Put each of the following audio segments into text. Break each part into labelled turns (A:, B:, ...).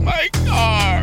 A: My car!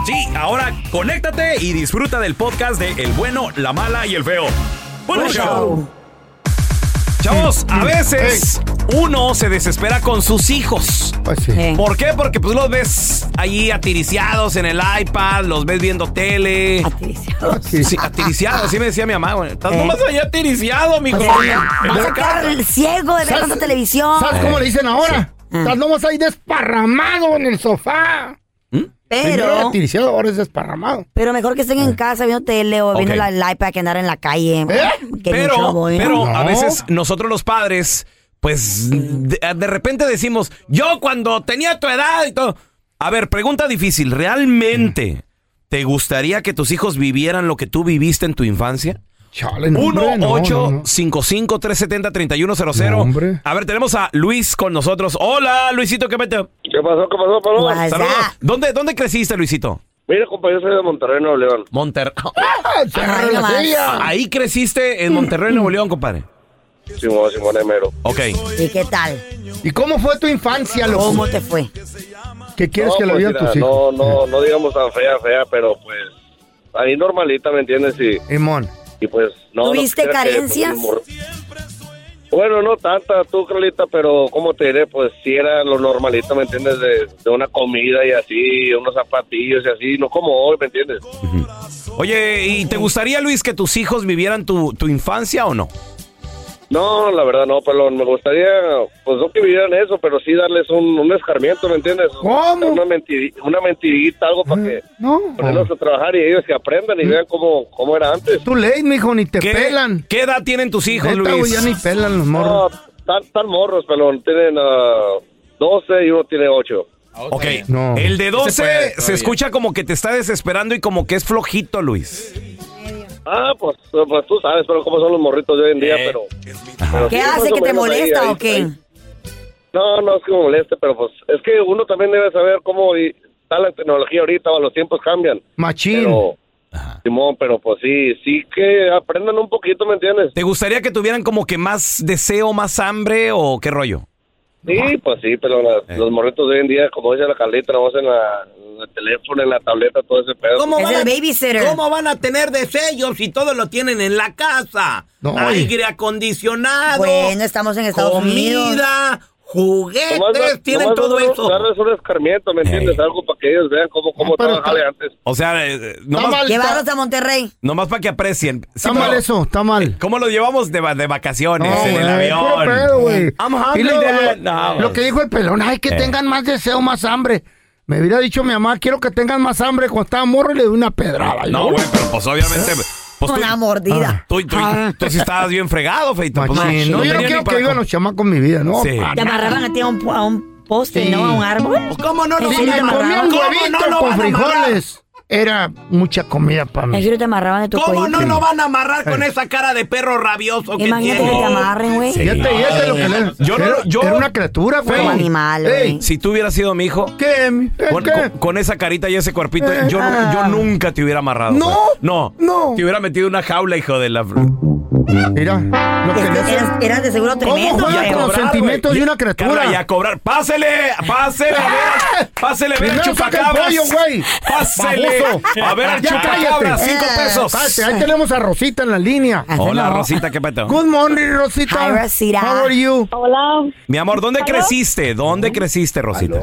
B: Sí, ahora conéctate y disfruta del podcast de El bueno, la mala y el feo. Bueno,
C: Buen
B: show.
C: show.
B: Chavos, a veces uno se desespera con sus hijos.
C: Pues
B: ¿Por qué? Porque pues los ves allí atiriciados en el iPad, los ves viendo tele. Atiriciados. Sí, atiriciados, así me decía mi mamá. güey. Estás
D: Eh.
B: nomás allá atiriciado, mijo.
D: O sea, vas a quedar ciego de ver
C: ¿Sabes-
D: tanta televisión.
C: ¿Sabes cómo le dicen ahora?
D: Ah,
C: Estás nomás ahí desparramado en el sofá. Primero era
D: Pero,
C: atiriciado, ahora es desparramado.
D: pero mejor que estén
C: Ah.
D: en casa viendo tele o viendo
B: Ok.
D: la el iPad que andar en la
C: ¿Eh?
D: calle. Que ¿eh?
B: pero,
D: mucho voy, ¿no?
B: pero a
C: No.
B: veces nosotros los padres, pues de, de repente decimos, yo cuando tenía tu edad y todo. A ver, pregunta difícil,
C: Mm.
B: ¿realmente te gustaría que tus hijos vivieran lo que tú viviste en tu infancia?
C: Chale, no, hombre, no, no, no.
B: 1-855-370-3100.
C: No, hombre.
B: a ver, tenemos a Luis con nosotros. Hola, Luisito, ¿qué mete?
E: ¿Qué pasó? ¿Qué pasó, Paloma?
D: Guasa.
B: Saludos. ¿Dónde, ¿Dónde creciste, Luisito?
E: Mira, compa, yo soy de Monterrey, Nuevo León.
B: Monter.
C: Ah, cierra
D: Ay,
C: la
D: nomás.
C: silla.
B: Ahí creciste en Monterrey, Nuevo León, compadre.
E: Simón, Simón Emero.
B: Ok.
D: ¿Y qué tal?
C: ¿Y cómo fue tu infancia, loco?
D: ¿Cómo te fue?
C: ¿Qué quieres
E: No,
C: que le
E: pues,
C: digan
E: mira,
C: tus hijos?
E: No, no, no digamos tan fea, fea, pero pues ahí normalita, ¿me entiendes? Y,
C: Simón.
E: y pues no. no
D: ¿Tuviste
E: quisiera que, pues,
D: carencias?
E: un morro- bueno, no tanta, tú, Carlita, pero como te diré, pues si era lo normalito, ¿me entiendes? De, de una comida y así, unos zapatillos y así, no como hoy, ¿me entiendes?
B: Oye, ¿y te gustaría, Luis, que tus hijos vivieran tu, tu infancia o no?
E: No, la verdad no, Paloma, me gustaría, pues no que vivieran eso, pero sí darles un, un escarmiento, ¿me entiendes?
C: ¿Cómo?
E: Una, mentiri- una mentirita, algo para que...
C: No.
E: ponerlos a trabajar y ellos que aprendan y vean cómo, cómo era antes.
C: Tú late, mijo, ni te
B: ¿Qué,
C: pelan.
B: ¿Qué edad tienen tus hijos,
C: Neta, güey,
B: Luis?
C: ya ni pelan los
E: No,
C: morros.
E: tan, tan morros, pelón. Tienen ah, 12 y uno tiene 8.
B: Ok.
C: No.
B: El de 12
F: puede
B: se, escucha como que te está desesperando y como que es flojito, Luis.
E: Ah, pues, pues tú sabes, pero cómo son los morritos de hoy en día,
B: Eh.
E: pero... pero
D: ¿Qué
E: sí, más
D: hace?
E: o
D: ¿Que
E: menos
D: te
E: ahí,
D: molesta
E: ahí,
D: o qué?
E: ahí. No, no es que me moleste, pero pues es que uno también debe saber cómo y- está la tecnología ahorita, o los tiempos cambian.
C: Machín.
E: Pero, Simón, pero pues sí, sí que aprendan un poquito, ¿me entiendes?
B: ¿Te gustaría que tuvieran como que más deseo, más hambre o qué rollo?
E: Sí, pues sí, pero la- los morritos de hoy en día, como dice la Carlita, vamos en, la, en el teléfono, en la tableta, todo ese pedo.
F: ¿Cómo
D: Es
F: van,
D: el
F: a,
D: babysitter.
F: cómo van a tener deseos si todo lo tienen en la casa?
C: No, oye.
F: Aire acondicionado.
D: Bueno, estamos en Estados Unidos.
F: comida.
E: juguetes, tienen
G: nomás
E: todo
G: darles-
E: eso. Eh. Ah,
G: Darles un escarmiento, ¿me entiendes? Algo para que ellos vean cómo, cómo trabajarle antes.
B: O sea, eh, eh, nomás,
D: ¿Qué barros a Monterrey?
B: nomás para que aprecien. Sí,
C: Está
B: pero, Eh,
C: mal eso, está mal.
B: ¿Cómo lo llevamos de, va- de vacaciones
C: No,
B: en el
C: güey,
B: avión?
C: puro pedo, güey.
B: I'm
C: Y
B: hungry,
C: luego
B: Dad.
C: lo-
B: No,
C: Lo que dijo el pelón, ay, que
B: Eh.
C: tengan más deseo, más hambre. Me hubiera dicho mi mamá, quiero que tengan más hambre. Cuando estaba morro le di una pedrada.
B: No, güey, pero pues obviamente...
C: ¿Eh?
B: Pues,
D: Una mordida.
B: Tú, tú, tú sí estabas bien fregado, Feito. Pues,
C: Ah. Machín, no, yo no
B: tenía
C: quiero
B: ni para
C: que vivan
B: com-
C: los chamacos mi vida, ¿no?
B: Sí.
C: para
D: Te
C: nada.
D: amarraban a ti a un, a un poste,
C: Sí.
D: ¿no? A un árbol.
B: ¿Cómo no?
D: ¿En
C: Si
D: serio
C: me
D: te
C: comía
D: amarraban?
C: un
D: ¿Cómo
C: huevito
D: no lo
C: con
D: van a amarrar?
C: frijoles, era mucha comida para
D: ¿En
C: mí.
D: serio te amarraban de tu
E: ¿Cómo
D: cuellito?
E: no lo van a amarrar
C: Eh.
E: con esa cara de perro rabioso que
D: Imagínate que te
E: tiene?
D: amarren, güey.
B: Sí.
C: Ya te, ya te lo que le...
B: Yo no-
C: era,
B: yo-
C: era una criatura, güey.
D: Como animal,
C: Ey,
D: güey.
B: Si tú hubieras sido mi hijo, eh,
C: ¿Qué? mi? ¿Qué?
B: con,
C: ¿Qué?
B: con- con esa carita y ese cuerpito,
C: Eh,
B: yo,
C: ah.
B: yo nunca te hubiera amarrado.
C: No,
B: güey. No.
C: no.
B: Te hubiera metido una jaula, hijo de la...
C: Mira, lo que le hace-
D: Eras, eras de seguro tremendo,
C: juegas
D: güey.
C: con los sentimientos
B: güey.
C: de una criatura.
B: Carla, ya cobrar. Pásele, pásele, a ver, pásele, a ver, al
C: Primero saca el
B: chupacabras.
C: pollo, güey.
B: Pásele,
C: Baboso.
B: a ver, al
C: Ya
B: chupacabras,
C: cállate.
B: cinco
D: Eh,
B: pesos.
C: Cállate, ahí tenemos a Rosita en la línea.
B: Hola,
D: No.
B: Rosita, ¿qué pato?
C: Good morning, Rosita.
D: Hi, Rosita.
C: How are you?
H: Hola,
B: Mi amor, ¿dónde creciste? ¿Dónde creciste, Rosita?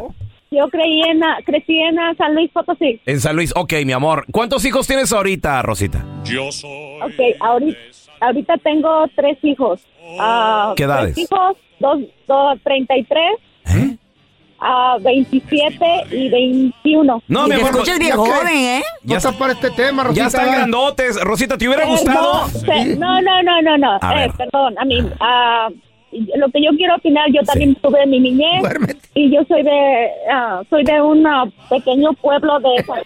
H: yo creí en, crecí en ah, San Luis Potosí.
B: En San Luis. Ok, mi amor. ¿Cuántos hijos tienes ahorita, Rosita?
H: Ok, ahorita, ahorita tengo tres hijos. Ah,
B: ¿Qué edades? ¿Eh?
H: Tres hijos, dos, dos, 33, ah, 27 y 21.
B: No,
D: Y
B: mi
D: te
B: amor.
D: escuchas bien
C: ¿ya qué?
D: joven, ¿eh?
C: Ya
B: Ya,
C: está para este tema, Rosita.
B: ya están grandotes. Rosita, ¿te hubiera
H: no,
B: gustado?
H: se- no, no, no, no, no.
B: A
H: Eh,
B: ver.
H: perdón, a mí, ah, lo que yo quiero opinar, yo también tuve mi niñez
C: Duérmete.
H: y yo soy de, ah, soy de un ah, pequeño pueblo de San,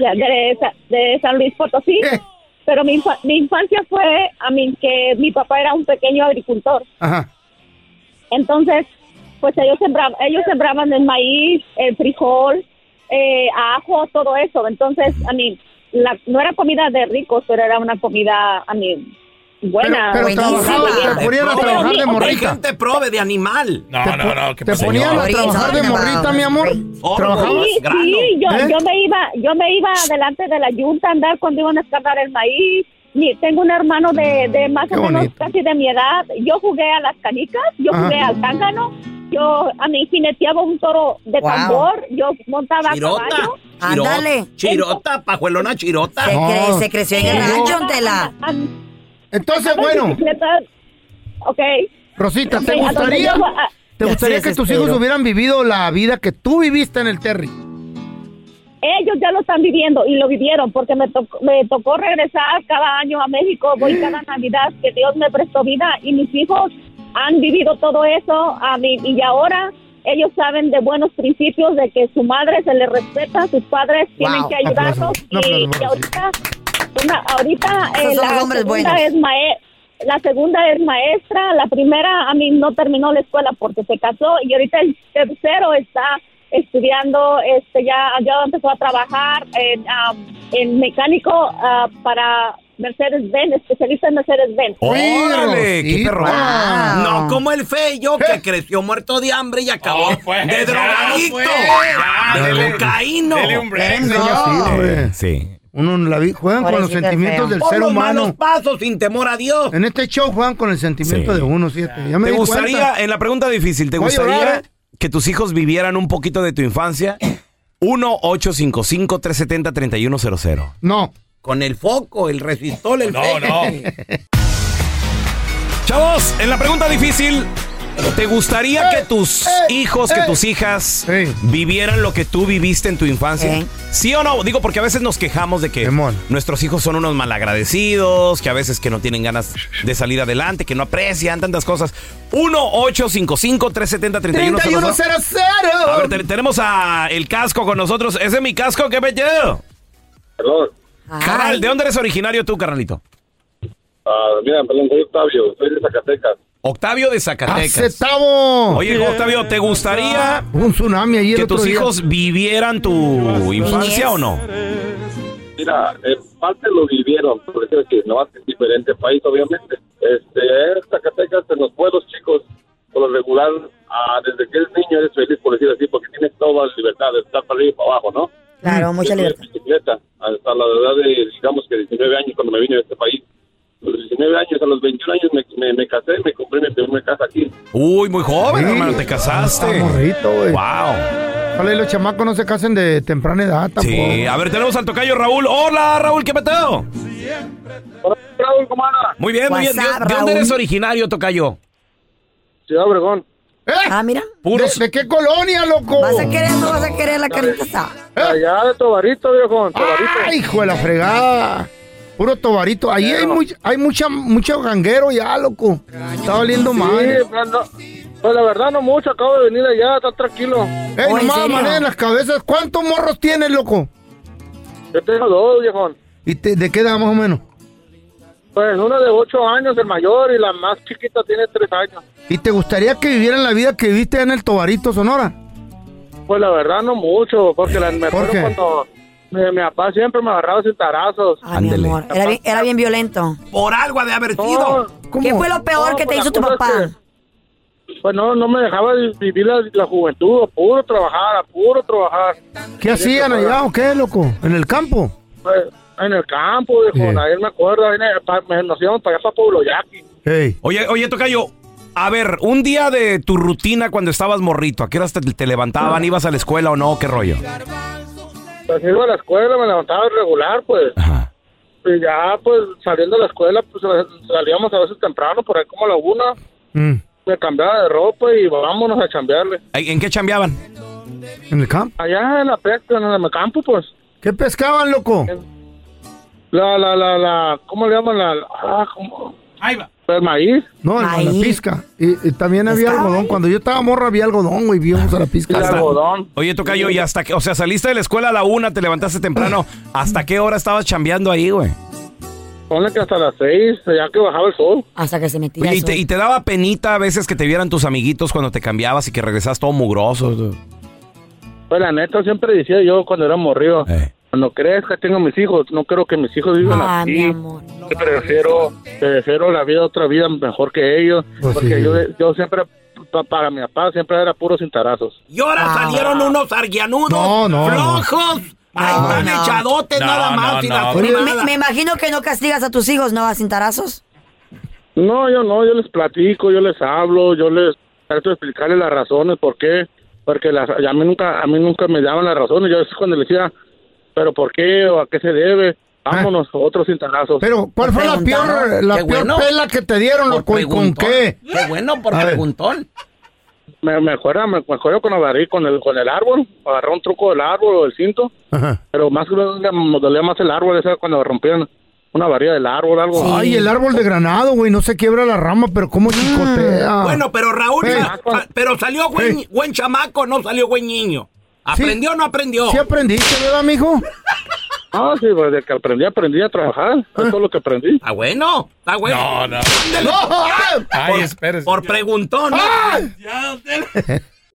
H: ya, de, Sa- de San Luis Potosí,
C: Eh.
H: pero mi, infa- mi infancia fue, a mí, que mi papá era un pequeño agricultor,
C: Ajá.
H: entonces, pues ellos sembraban, ellos sembraban el maíz, el frijol, eh, ajo, todo eso, entonces, a mí, la, no era comida de ricos, pero era una comida, a mí,
C: Pero,
H: buena.
C: pero
D: buenísima.
C: trabajaba, te
E: De
C: ponían a
E: prove-
C: trabajar de
E: Hay
C: morrita.
E: gente prove de animal.
A: No, no, no. ¿qué
C: Te
A: pasó?
C: ponían a
D: Señor.
C: trabajar de morrita, mi amor.
E: Oh,
C: Trabajabas.
H: Sí,
E: grano.
H: sí, yo,
C: ¿Eh?
H: yo me iba, yo me iba delante de la yunta a andar cuando iban a escapar el maíz. Mi- tengo un hermano de, de más
C: Mm, Qué
H: o menos
C: bonito.
H: casi de mi edad. Yo jugué a las canicas, yo
C: Ajá.
H: jugué al tángano, yo a mí jineteaba un toro de
D: Wow.
H: tambor, yo montaba a
E: Chirota.
H: caballo.
D: Ándale.
E: Chiro- Chirota, pajuelona chirota.
D: Se,
C: No.
D: cre- se creció en el
C: Sí.
D: rancho, Antela.
H: A- a-
C: Entonces, bueno,
H: bicicleta. Ok.
C: Rosita, ¿te
H: Ok, a donde
C: gustaría,
H: yo- Ah. a-
C: te
D: Ya este
C: gustaría
D: se
C: que tus
D: desesperó.
C: hijos hubieran vivido la vida que tú viviste en el Terry?
H: ellos ya lo están viviendo y lo vivieron porque me tocó, me tocó regresar cada año a México,
D: Mm.
H: voy cada Navidad que Dios me prestó vida y mis hijos han vivido todo eso a mí y ahora ellos saben de buenos principios de que su madre se les respeta, sus padres tienen que ayudarlos
C: Aplausos. Un aplauso,
H: y,
C: Marcos.
H: y ahorita, una- ahorita
D: Esos
H: eh,
D: son
H: la,
D: hombres buenos.
H: segunda es mae- la segunda es maestra, la primera a mí no terminó la escuela porque se casó y ahorita el tercero está estudiando, este ya, ya empezó a trabajar en, ah, en mecánico ah, para Mercedes-Benz, especialista en Mercedes-Benz.
B: Órale, qué
C: Rosita.
B: perro.
A: Ah.
E: No, como el feyo que creció muerto de hambre y acabó
A: Oh, pues,
E: de
A: ya,
E: drogadicto.
A: pues, ya,
E: de
A: dele-
E: cocaíno.
A: Dele un break.
C: Sí,
A: señor.
C: sí, güey.
B: Sí.
C: Eh, Uno la vi- juegan con los
D: Pobrecito
C: sentimientos
D: feo.
C: del
E: Por
C: ser
E: los
C: humano.
E: malos pasos, sin temor a Dios.
C: En este show juegan con el sentimiento
B: Sí.
C: de uno, fíjate. Ya me
B: ¿Te
C: di
B: gustaría,
C: cuenta.
B: en la pregunta difícil, ¿te
C: Voy a
B: gustaría
C: llorar, ¿eh?
B: que tus hijos vivieran un poquito de tu infancia? 1-855-370-3100.
C: No.
E: Con el foco, el resistol, el
A: No, no.
B: Chavos, en la pregunta difícil, ¿te gustaría que tus hijos, que tus hijas
C: Sí.
B: vivieran lo que tú viviste en tu infancia?
D: Sí.
B: ¿Sí o no? Digo, porque a veces nos quejamos de que
C: Simón.
B: nuestros hijos son unos malagradecidos, que a veces que no tienen ganas de salir adelante, que no aprecian tantas cosas. 1-855-370-3100.
C: 3100.
B: A ver, te- tenemos a el casco con nosotros. Ese es mi casco, qué metido.
G: Perdón.
B: Carnal, ¿de dónde eres originario tú, carnalito?
G: Ah, mira, perdón, soy Octavio, soy de Zacatecas.
B: Octavio de Zacatecas.
C: Aceptamos.
B: Oye, Octavio, ¿te gustaría
C: Hubo un tsunami ahí el
B: que
C: otro
B: tus
C: día.
B: hijos vivieran tu infancia o no?
G: Mira, en parte lo vivieron, por decir que no es diferente país, obviamente. Este, en Zacatecas, en los pueblos chicos, por lo regular, ah, desde que eres niño eres feliz, por decir así, porque tienes toda la libertad de estar para arriba y para abajo, ¿no?
D: Claro, mucha
G: Yo tuve
D: libertad.
G: bicicleta hasta la edad de, digamos que 19 años cuando me vine a este país. los 19 años, a los 21 años me, me, me casé, me compré mi primera casa aquí.
B: Uy, muy joven, hermano, te casaste.
C: morrito, güey.
B: Wow.
C: Ojalá y los chamacos no se casen de temprana edad tampoco.
B: Sí, a ver, tenemos al tocayo Raúl. Hola, Raúl, ¿qué peteo?
G: Raúl, ¿cómo
B: Muy bien,
D: Pues,
B: muy bien. ¿De,
C: WhatsApp,
B: de dónde eres
C: Raúl.
B: originario, tocayo?
G: Ciudad Obregón.
D: Ah, mira.
C: ¡Eh! ¿De, de qué colonia, loco?
D: ¿Vas a querer o no vas a querer la carnita asada?
G: Allá de Tobarito, viejo.
C: ¡Ah, hijo de la fregada! Puro tobarito. Ahí hay, muy- hay mucha, mucho ganguero ya, loco. Está valiendo
G: Sí,
C: mal.
G: pues, no- pues la verdad no mucho, acabo de venir allá, está tranquilo.
C: Ey, nomás manejan las cabezas. ¿Cuántos morros tienes, loco?
G: Yo tengo dos, viejón.
C: ¿Y te- de qué edad más o menos?
G: Pues uno de ocho años, el mayor, y la más chiquita tiene tres años.
C: ¿Y te gustaría que vivieran la vida que viviste en el Tobarito, Sonora?
G: Pues la verdad no mucho, porque la, me acuerdo
C: qué?
G: cuando mi, mi papá siempre me agarraba sin tarazos.
D: Ándele. Era bien, era bien violento.
B: Por algo ha de haber sido.
D: ¿Qué fue lo peor que te hizo tu papá?
G: Pues no, no me dejaba vi- vivir la, la juventud, a puro trabajar, a puro trabajar.
C: ¿Qué hacían allá o qué, loco? ¿En el campo?
G: Pues, en el campo, viejo,
C: Sí.
G: nadie me acuerda, ahí me- pa- me- nos íbamos para allá para Pueblo Yaqui.
B: Oye, oye, tocayo. A ver, un día de tu rutina cuando estabas morrito, ¿a qué horas te, te levantaban? ¿Ibas a la escuela o no? ¿Qué rollo?
G: Pues iba a la escuela, me levantaba regular, pues. Y ya, pues, saliendo de la escuela, pues salíamos a veces temprano, por ahí como a la una. Me cambiaba de ropa y vámonos a chambearle.
B: Mm. ¿En qué chambeaban?
C: ¿En el campo?
G: Allá en la pesca, en el campo, pues.
C: ¿Qué pescaban, loco?
G: La, la, la, la, ¿cómo le llaman? La, la- ah, ¿cómo? Ahí va. El maíz.
C: No, en la pizca. Y, y también había algodón. Cuando yo estaba morro había algodón, güey. Vimos a la pizca.
B: Hasta- Oye, tocayo, y hasta que, o sea, saliste de la escuela a la una, te levantaste temprano. ¿Hasta qué hora estabas chambeando ahí, güey?
G: Ponle que hasta las seis, ya que bajaba el sol.
D: Hasta que se metía.
B: Oye, y te, y te daba penita a veces que te vieran tus amiguitos cuando te cambiabas y que regresas todo mugroso.
G: Pues la neta, siempre decía yo cuando era morrido,
C: Eh.
G: cuando crezca tengo mis hijos, no quiero que mis hijos vivan
D: Ah,
G: así.
D: mi
G: Yo prefiero, prefiero la vida, otra vida mejor que ellos,
C: Pues
G: porque yo, yo siempre, pa- para mi papá, siempre era puro cintarazos.
E: Y ahora salieron unos arguianudos,
G: No, no, no.
E: flojos, ahí están
D: no.
E: echadotes
G: No,
E: nada más.
G: no,
E: sin
G: no.
E: hacer
G: Oye,
E: nada.
D: Me, me imagino que no castigas a tus hijos, ¿no? A cintarazos.
G: No, yo no, yo les platico, yo les hablo, yo les trato de explicarles las razones, por qué, porque las, a mí nunca, a mí nunca me daban las razones, yo es cuando les decía, pero por qué o a qué se debe, vámonos, otros cintarazos.
C: Ah. Pero, ¿cuál fue la peor, la
G: Qué
C: peor
G: bueno.
C: pela que te dieron, loco? ¿Y con qué?
G: Qué bueno, por
C: A ver.
G: preguntón. Me, me acuerdo, me, me acuerdo cuando agarré con el, con el árbol, agarré un truco del árbol o del cinto, pero más que nada me dolía más el árbol, esa cuando rompían una varilla del árbol, algo.
C: Ay, el árbol de granado, güey. No se quiebra la rama, pero cómo
B: Mm.
C: Ah, chicotea.
E: Bueno, pero Raúl, sa- sa- pero salió buen, buen chamaco, no salió buen niño. ¿Aprendió o no aprendió?
C: ¿Sí aprendiste, verdad, mijo?
G: Ah, sí, pues de que aprendí, aprendí a trabajar, eso es lo que aprendí. Ah, bueno,
E: Está bueno. No, no.
G: Ay,
E: espérese. Por preguntón. ¿no?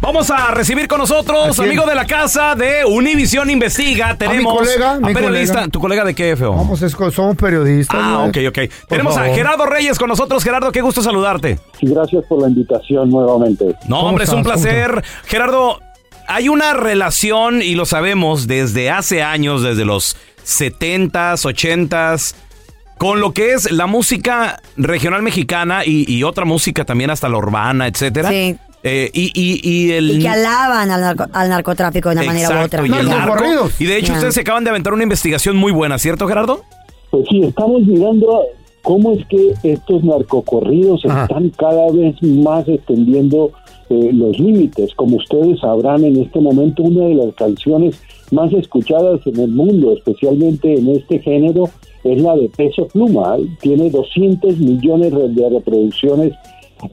B: Vamos a recibir con nosotros,
I: ¿A quién?
B: amigo de la casa de Univisión Investiga. Tenemos
C: colega, mi
B: periodista.
C: colega.
B: ¿Tu colega de qué, feo?
C: Vamos, es, co- somos periodistas.
B: Ah, ok,
C: güey.
B: ok. Tenemos a
C: favor.
B: Gerardo Reyes con nosotros. Gerardo, qué gusto saludarte.
J: Y gracias por la invitación nuevamente.
B: No, hombre, es un placer. Gerardo, hay una relación, y lo sabemos desde hace años, desde los 70s, 80s, con lo que es la música regional mexicana y, y otra música también hasta la urbana, etcétera.
D: Sí.
B: Eh, y, y- y el...
D: Y que alaban al, narco- al narcotráfico de una manera u
B: Exacto,
D: otra.
B: y el narco. Y de hecho
D: Ya.
B: ustedes se acaban de aventar una investigación muy buena, ¿cierto Gerardo?
J: Pues sí, estamos mirando cómo es que estos narcocorridos están cada vez más extendiendo eh, los límites. Como ustedes sabrán, en este momento una de las canciones más escuchadas en el mundo, especialmente en este género, es la de Peso Pluma. Tiene 200 millones de reproducciones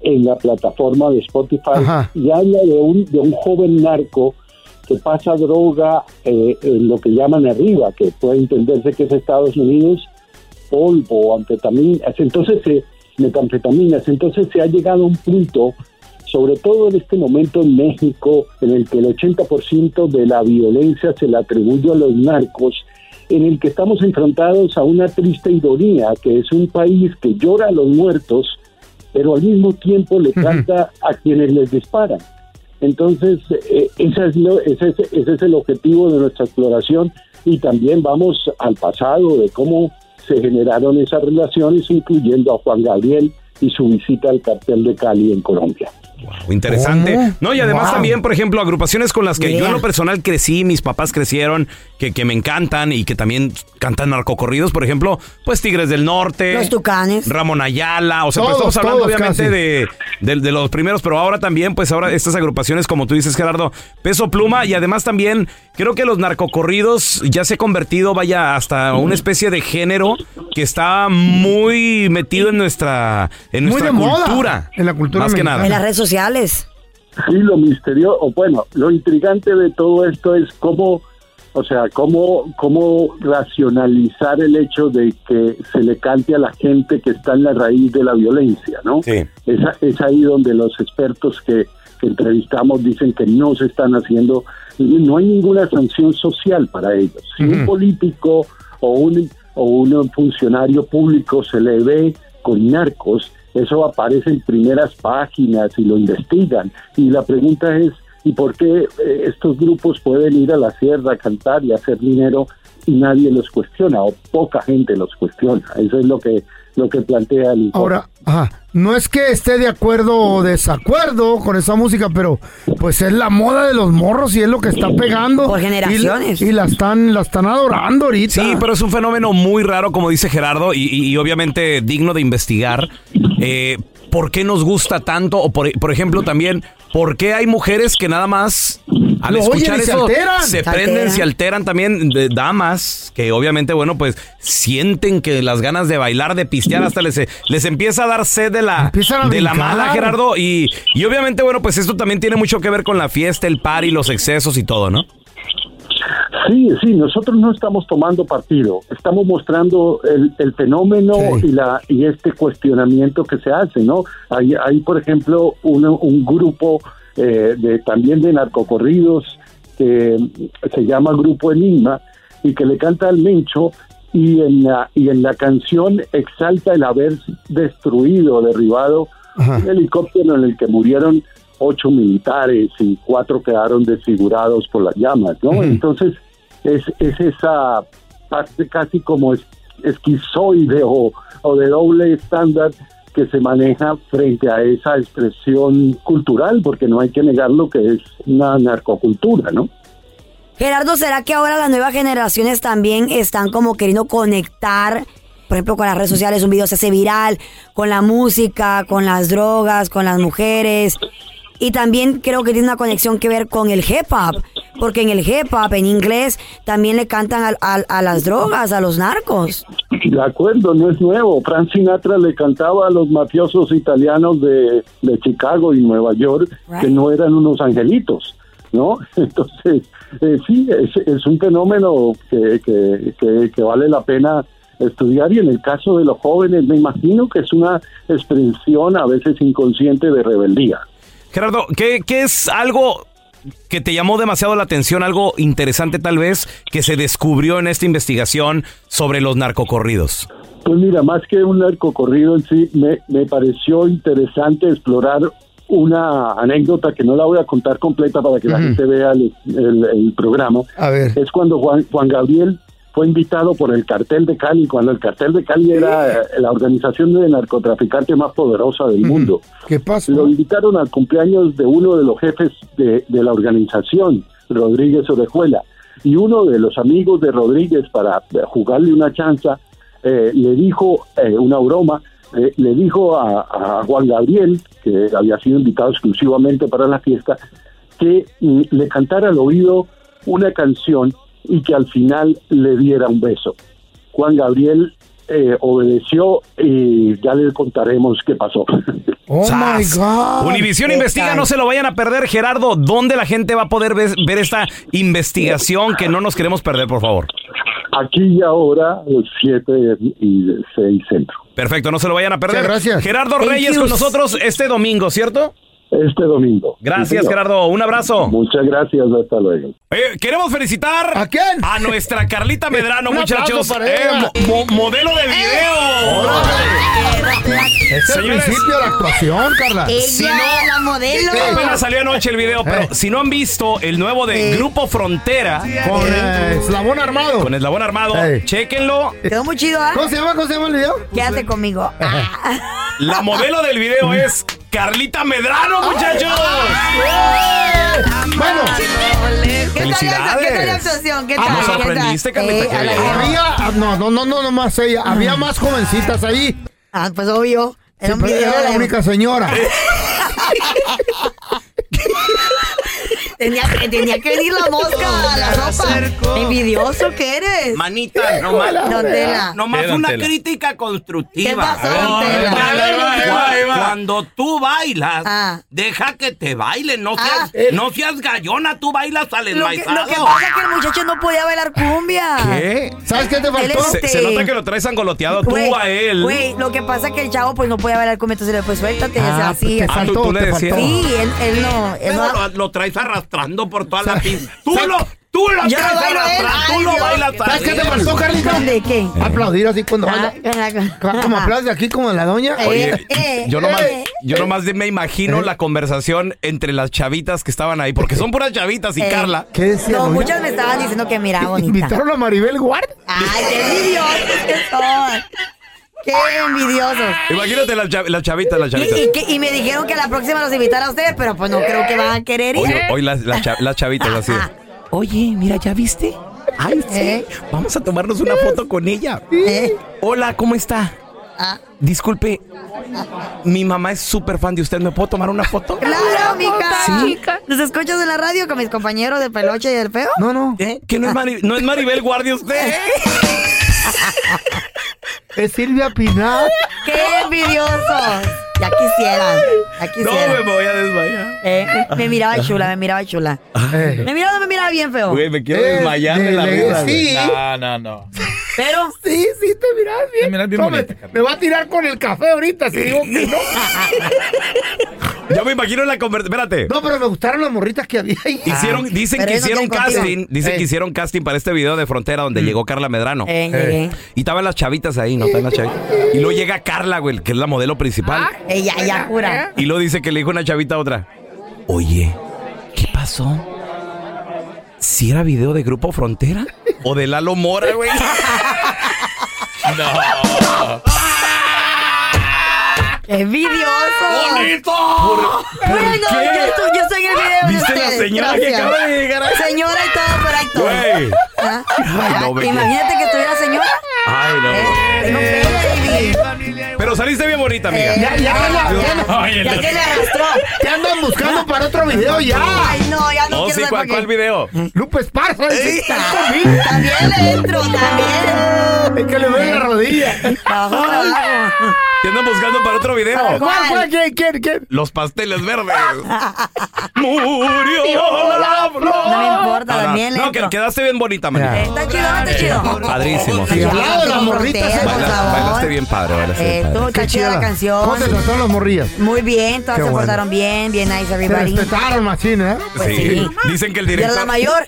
J: en la plataforma de Spotify y habla de un, de un joven narco que pasa droga eh, en lo que llaman arriba, que puede entenderse que es Estados Unidos, polvo, anfetaminas, entonces se, metanfetaminas, entonces se ha llegado a un punto, sobre todo en este momento en México, en el que el 80% de la violencia se le atribuye a los narcos, en el que estamos enfrentados a una triste ironía, que es un país que llora a los muertos, pero al mismo tiempo le canta a quienes les disparan. Entonces, eh, esa es lo- ese, es, ese es el objetivo de nuestra exploración y también vamos al pasado de cómo se generaron esas relaciones, incluyendo a Juan Gabriel y su visita al cartel de Cali en Colombia.
B: Interesante.
J: ¿Cómo?
B: No, y además
J: Wow.
B: también, por ejemplo, agrupaciones con las que yo en lo personal crecí, mis papás crecieron, que, que me encantan y que también cantan narcocorridos, por ejemplo, pues Tigres del Norte.
D: Los tucanes.
B: Ramón Ayala, o sea,
D: Todos,
B: pues estamos hablando
D: todos
B: obviamente
D: casi.
B: de, de- de los primeros, pero ahora también, pues ahora estas agrupaciones, como tú dices, Gerardo, peso pluma, y además también creo que los narcocorridos ya se ha convertido, vaya, hasta una especie de género que está muy metido en nuestra, en
J: Muy
B: nuestra
J: de moda,
B: cultura.
J: en la cultura
B: Más que
J: mexicana.
B: nada.
D: En las redes sociales.
J: Sí, lo misterioso, o bueno, lo intrigante de todo esto es cómo, o sea, cómo, cómo racionalizar el hecho de que se le cante a la gente que está en la raíz de la violencia, ¿no? Es, a- es ahí donde los expertos que, que entrevistamos dicen que no se están haciendo, no hay ninguna sanción social para ellos. Si un político o un, o un funcionario público se le ve con narcos, eso aparece en primeras páginas y lo investigan. Y la pregunta es, ¿y por qué eh, estos grupos pueden ir a la sierra a cantar y hacer dinero y nadie los cuestiona o poca gente los cuestiona? Eso es lo que lo que plantea el informe.
C: Ahora, ajá, no es que esté de acuerdo o desacuerdo con esa música, pero pues es la moda de los morros y es lo que está pegando.
D: Por generaciones.
C: Y, y la están, la están adorando ahorita.
B: Sí, pero es un fenómeno muy raro, como dice Gerardo, y, y- y obviamente digno de investigar. Eh, ¿Por qué nos gusta tanto? O por, por ejemplo, también, ¿por qué hay mujeres que nada más al
C: Lo oyen
B: escuchar
C: y se
B: eso
C: alteran?
B: se
C: Se
B: prenden,
C: alteran.
B: se alteran también de damas que obviamente, bueno, pues sienten que las ganas de bailar, de pistear, hasta les, les empieza a dar sed de la,
C: Empiezan a
B: de la
C: brincar.
B: mala, Gerardo? Y, y obviamente, bueno, pues esto también tiene mucho que ver con la fiesta, el party, los excesos y todo, ¿no?
J: Sí, sí, nosotros no estamos tomando partido, estamos mostrando el, el fenómeno y, la, y este cuestionamiento que se hace, ¿no? Hay, hay por ejemplo, un, un grupo eh, de, también de narcocorridos que se llama Grupo Enigma y que le canta al Mencho y en la, y en la canción exalta el haber destruido, derribado un helicóptero en el que murieron ocho militares y cuatro quedaron desfigurados por las llamas, ¿no? Entonces es, es esa parte casi como es- esquizoide o, o de doble estándar que se maneja frente a esa expresión cultural, porque no hay que negar lo que es una narcocultura, ¿no?
D: Gerardo, ¿será que ahora las nuevas generaciones también están como queriendo conectar, por ejemplo, con las redes sociales, un video se hace viral, con la música, con las drogas, con las mujeres? Y también creo que tiene una conexión que ver con el hip hop, porque en el hip hop, en inglés, también le cantan a, a- a las drogas, a los narcos.
J: De acuerdo, no es nuevo. Frank Sinatra le cantaba a los mafiosos italianos de, de Chicago y Nueva York que no eran unos angelitos, ¿no? Entonces, eh, sí, es, es un fenómeno que, que- que- que vale la pena estudiar y en el caso de los jóvenes me imagino que es una expresión a veces inconsciente de rebeldía.
B: Gerardo, ¿qué, qué es algo que te llamó demasiado la atención, algo interesante tal vez, que se descubrió en esta investigación sobre los narcocorridos?
J: Pues mira, más que un arco corrido en sí, me, me pareció interesante explorar una anécdota que no la voy a contar completa para que la
I: Ujú.
J: gente vea el, el- el programa.
I: A ver.
J: Es cuando Juan, Juan Gabriel fue invitado por el cartel de Cali, cuando el cartel de Cali era eh, la organización de narcotraficantes más poderosa del mundo.
C: ¿Qué pasa?
J: Lo invitaron al cumpleaños de uno de los jefes de, de la organización, Rodríguez Orejuela. Y uno de los amigos de Rodríguez, para eh, jugarle una chanza, eh, le dijo eh, una broma, eh, le dijo a, a Juan Gabriel, que había sido invitado exclusivamente para la fiesta, que mm, le cantara al oído una canción y que al final le diera un beso. Juan Gabriel eh, obedeció y ya les contaremos qué pasó.
C: Oh my God.
B: Univisión
C: ¿Qué
B: Investiga,
C: tal?
B: no se lo vayan a perder, Gerardo. ¿Dónde la gente va a poder ves- ver esta investigación que no nos queremos perder, por favor?
J: Aquí y ahora, 7 y 6 centro.
B: Perfecto, no se lo vayan a perder.
J: Muchas gracias.
B: Gerardo
J: Thank
B: Reyes
J: you.
B: con nosotros este domingo, ¿cierto?
J: Este domingo.
B: Gracias,
J: Sí, señor.
B: Gerardo. Un abrazo.
J: Muchas gracias, hasta luego.
B: Eh, queremos felicitar ¿A quién? A nuestra Carlita Medrano,
I: Un aplauso
B: muchachos.
I: para ella.
B: Eh, mo- mo- modelo de
D: Eh.
B: video.
C: Este Es el principio de la actuación, Carla.
B: Ella
C: Si no-
D: la modelo.
B: Apenas salió anoche el video,
C: Eh.
B: pero si no han visto el nuevo de Grupo Frontera
C: Con eh, eslabón armado.
B: con Eslabón Armado, chéquenlo.
D: Quedó muy chido, ¿ah?
C: ¿Cómo se llama? ¿Cómo se llama el video? Mm.
D: Quédate conmigo.
B: La modelo del video es Carlita Medrano, muchachos.
C: Bueno.
D: ¿Qué tal la
B: Felicidades.
D: actuación? ¿Qué
B: Ah,
D: tal?
B: nos
D: ¿Qué tal?
B: sorprendiste, Carlita,
D: Eh,
B: qué
D: a la-
B: bien.
C: Había, ah, no, no, no, no, no más ella. Había más jovencitas ahí.
D: Ah, pues obvio.
C: Era,
D: un video
C: era la
D: de-
C: única señora.
D: Tenía, que- tenía que venir la mosca a la ropa. Envidioso que eres.
E: Manita, no
D: Híjole,
E: más.
D: Don Tela.
E: No más
D: Eh, don
E: una
D: Tela.
E: crítica constructiva.
D: ¿Qué pasó,
E: A ver,
D: don
E: a ver,
D: Tela?
E: a ver,
D: Ahí va, ahí va, ahí va.
E: Cuando tú bailas,
D: Ah.
E: deja que te bailen. No
D: Ah.
E: seas, no seas gallona, tú bailas al
D: Lo que,
E: enmaizado.
D: lo que pasa es que el muchacho no podía bailar cumbia.
B: ¿Qué?
C: ¿Sabes qué te
D: faltó?
B: Se, se nota que lo traes angoloteado tú
D: este, Güey,
B: a él.
D: Güey, lo que pasa es que el chavo pues no podía bailar cumbia, entonces le pues suéltate, o sea,
B: Ah,
D: así.
B: te faltó, Ah, tú- tú le te faltó. decías.
D: Sí, él, él no, él
E: Pero
D: no.
E: lo, lo traes arrastrando por toda la pista. Tú lo, tú lo
D: Yo
E: traes
D: no bailo él.
E: arrastrando, tú
D: Ay,
E: lo
D: Dios.
E: bailas
C: ¿Sabes qué te
E: arriba.
C: faltó, Carlita?
D: ¿De qué?
C: Aplaudir así cuando baila.
D: Ah,
C: Como aplaude aquí como la doña.
D: Eh,
B: Oye, yo nomás,
C: Eh.
B: yo nomás de- me imagino la conversación entre las chavitas que estaban ahí, porque son puras chavitas y
D: Eh,
B: Carla.
C: ¿Qué decía?
D: No, muchas me estaban diciendo que mira, bonita.
C: ¿Invitaron a Maribel Guard?
D: Ay, qué envidiosos que son. Qué envidiosos.
B: Imagínate las chav- las chavitas, las
D: Y,
B: chavitas.
D: y que- y me dijeron que a la próxima los invitara a ustedes, pero pues no creo que van a querer ir.
B: Hoy, hoy las, las cha- las chavitas así. de, Oye, mira, ¿ya viste? Ay, sí.
D: ¿Eh?
B: Vamos a tomarnos una foto con ella. Eh, Hola, ¿cómo está?
D: Ah.
B: Disculpe, mi mamá es súper fan de usted. ¿Me puedo tomar una foto?
D: Claro, mija.
B: Sí.
D: ¿Los escuchas en la radio con mis compañeros de peloche y del feo?
C: No, no.
B: ¿Eh? ¿Que no es, Mari- no es Maribel Guardia usted?
C: Es Silvia Pinal.
D: ¡Qué envidiosos! Ya quisieran, ya quisieran.
B: No, me voy a desmayar.
D: Eh, me- me miraba chula, me miraba chula.
C: Me
D: miraba, no me miraba bien feo.
B: Güey, me
D: Eh,
B: quiero desmayar de la risa, güey.
K: No, no, no.
D: Pero.
C: Sí, sí, te miras bien.
K: miras bien
C: No,
K: bonita,
C: me, me va a tirar con el café ahorita si digo que no.
B: Yo me imagino la conversación. Espérate.
C: No, pero me gustaron las morritas que había ahí.
D: Ah,
C: Eh.
B: Hicieron, dicen que hicieron casting, dicen que hicieron casting para este video de Frontera donde llegó Carla Medrano.
D: Mm. Eh, llegué.
B: Y estaban las chavitas ahí, ¿no? Estaban las chavitas. Y luego llega Carla, güey, que es la modelo principal.
D: Eh, ya, ya, jura.
B: Y luego dice que le dijo una chavita a otra. Oye, ¿qué pasó? ¿Si era video de Grupo Frontera? ¿O de Lalo Mora, güey?
K: No.
D: ¡Envidiosos!
K: ¡Bonito!
D: bueno,
K: qué?
D: Yo, estoy- yo estoy en el video. de
K: ¿Viste la
D: ustedes,
K: señora que
D: gracias.
K: acaba de llegar ahí?
D: Señora y todo por ahí todo.
K: Güey.
D: Ah,
B: Ay, no, me-
D: Imagínate que estuviera señora.
B: Ay, no.
D: Tengo feo, baby.
B: Pero saliste bien bonita, amiga.
D: Eh, ya, ya, ya, ya.
B: Oye,
D: Ya
B: no.
D: se le arrastró.
C: Te andan buscando para otro video ya. Pues,
D: Ay, no, ya no
B: Oh,
D: quiero
B: sí,
D: saber
B: ¿cuál,
D: por qué.
B: cuál video?
C: Lupe Esparza. dice, "Está conmigo".
D: También le entro, también.
C: Es que le duele la rodilla.
D: Abajo, abajo.
B: Te andan buscando para otro video.
C: ¿Cuál, cuál, quién, quién, quién?
B: Los pasteles verdes. Murió
D: la flor. No me importa,
B: Ah,
D: Daniel.
B: No, que quedaste bien bonita, manita.
D: Está chido, no está chido.
B: Padrísimo.
D: Sí, al lado de las morritas,
B: Baila-
D: por favor.
B: Bailaste bien padre, bailaste
D: Eh,
B: bien
D: estuvo
B: padre.
D: está chida la canción.
C: ¿Cómo te trataron las morrillas?
D: Muy bien, todas
C: Qué
D: se
C: bueno.
D: portaron bien, bien nice
C: Te
D: everybody.
C: respetaron, machín, ¿eh?
D: Pues sí.
B: Dicen que el
D: Y a
B: director.
D: la mayor.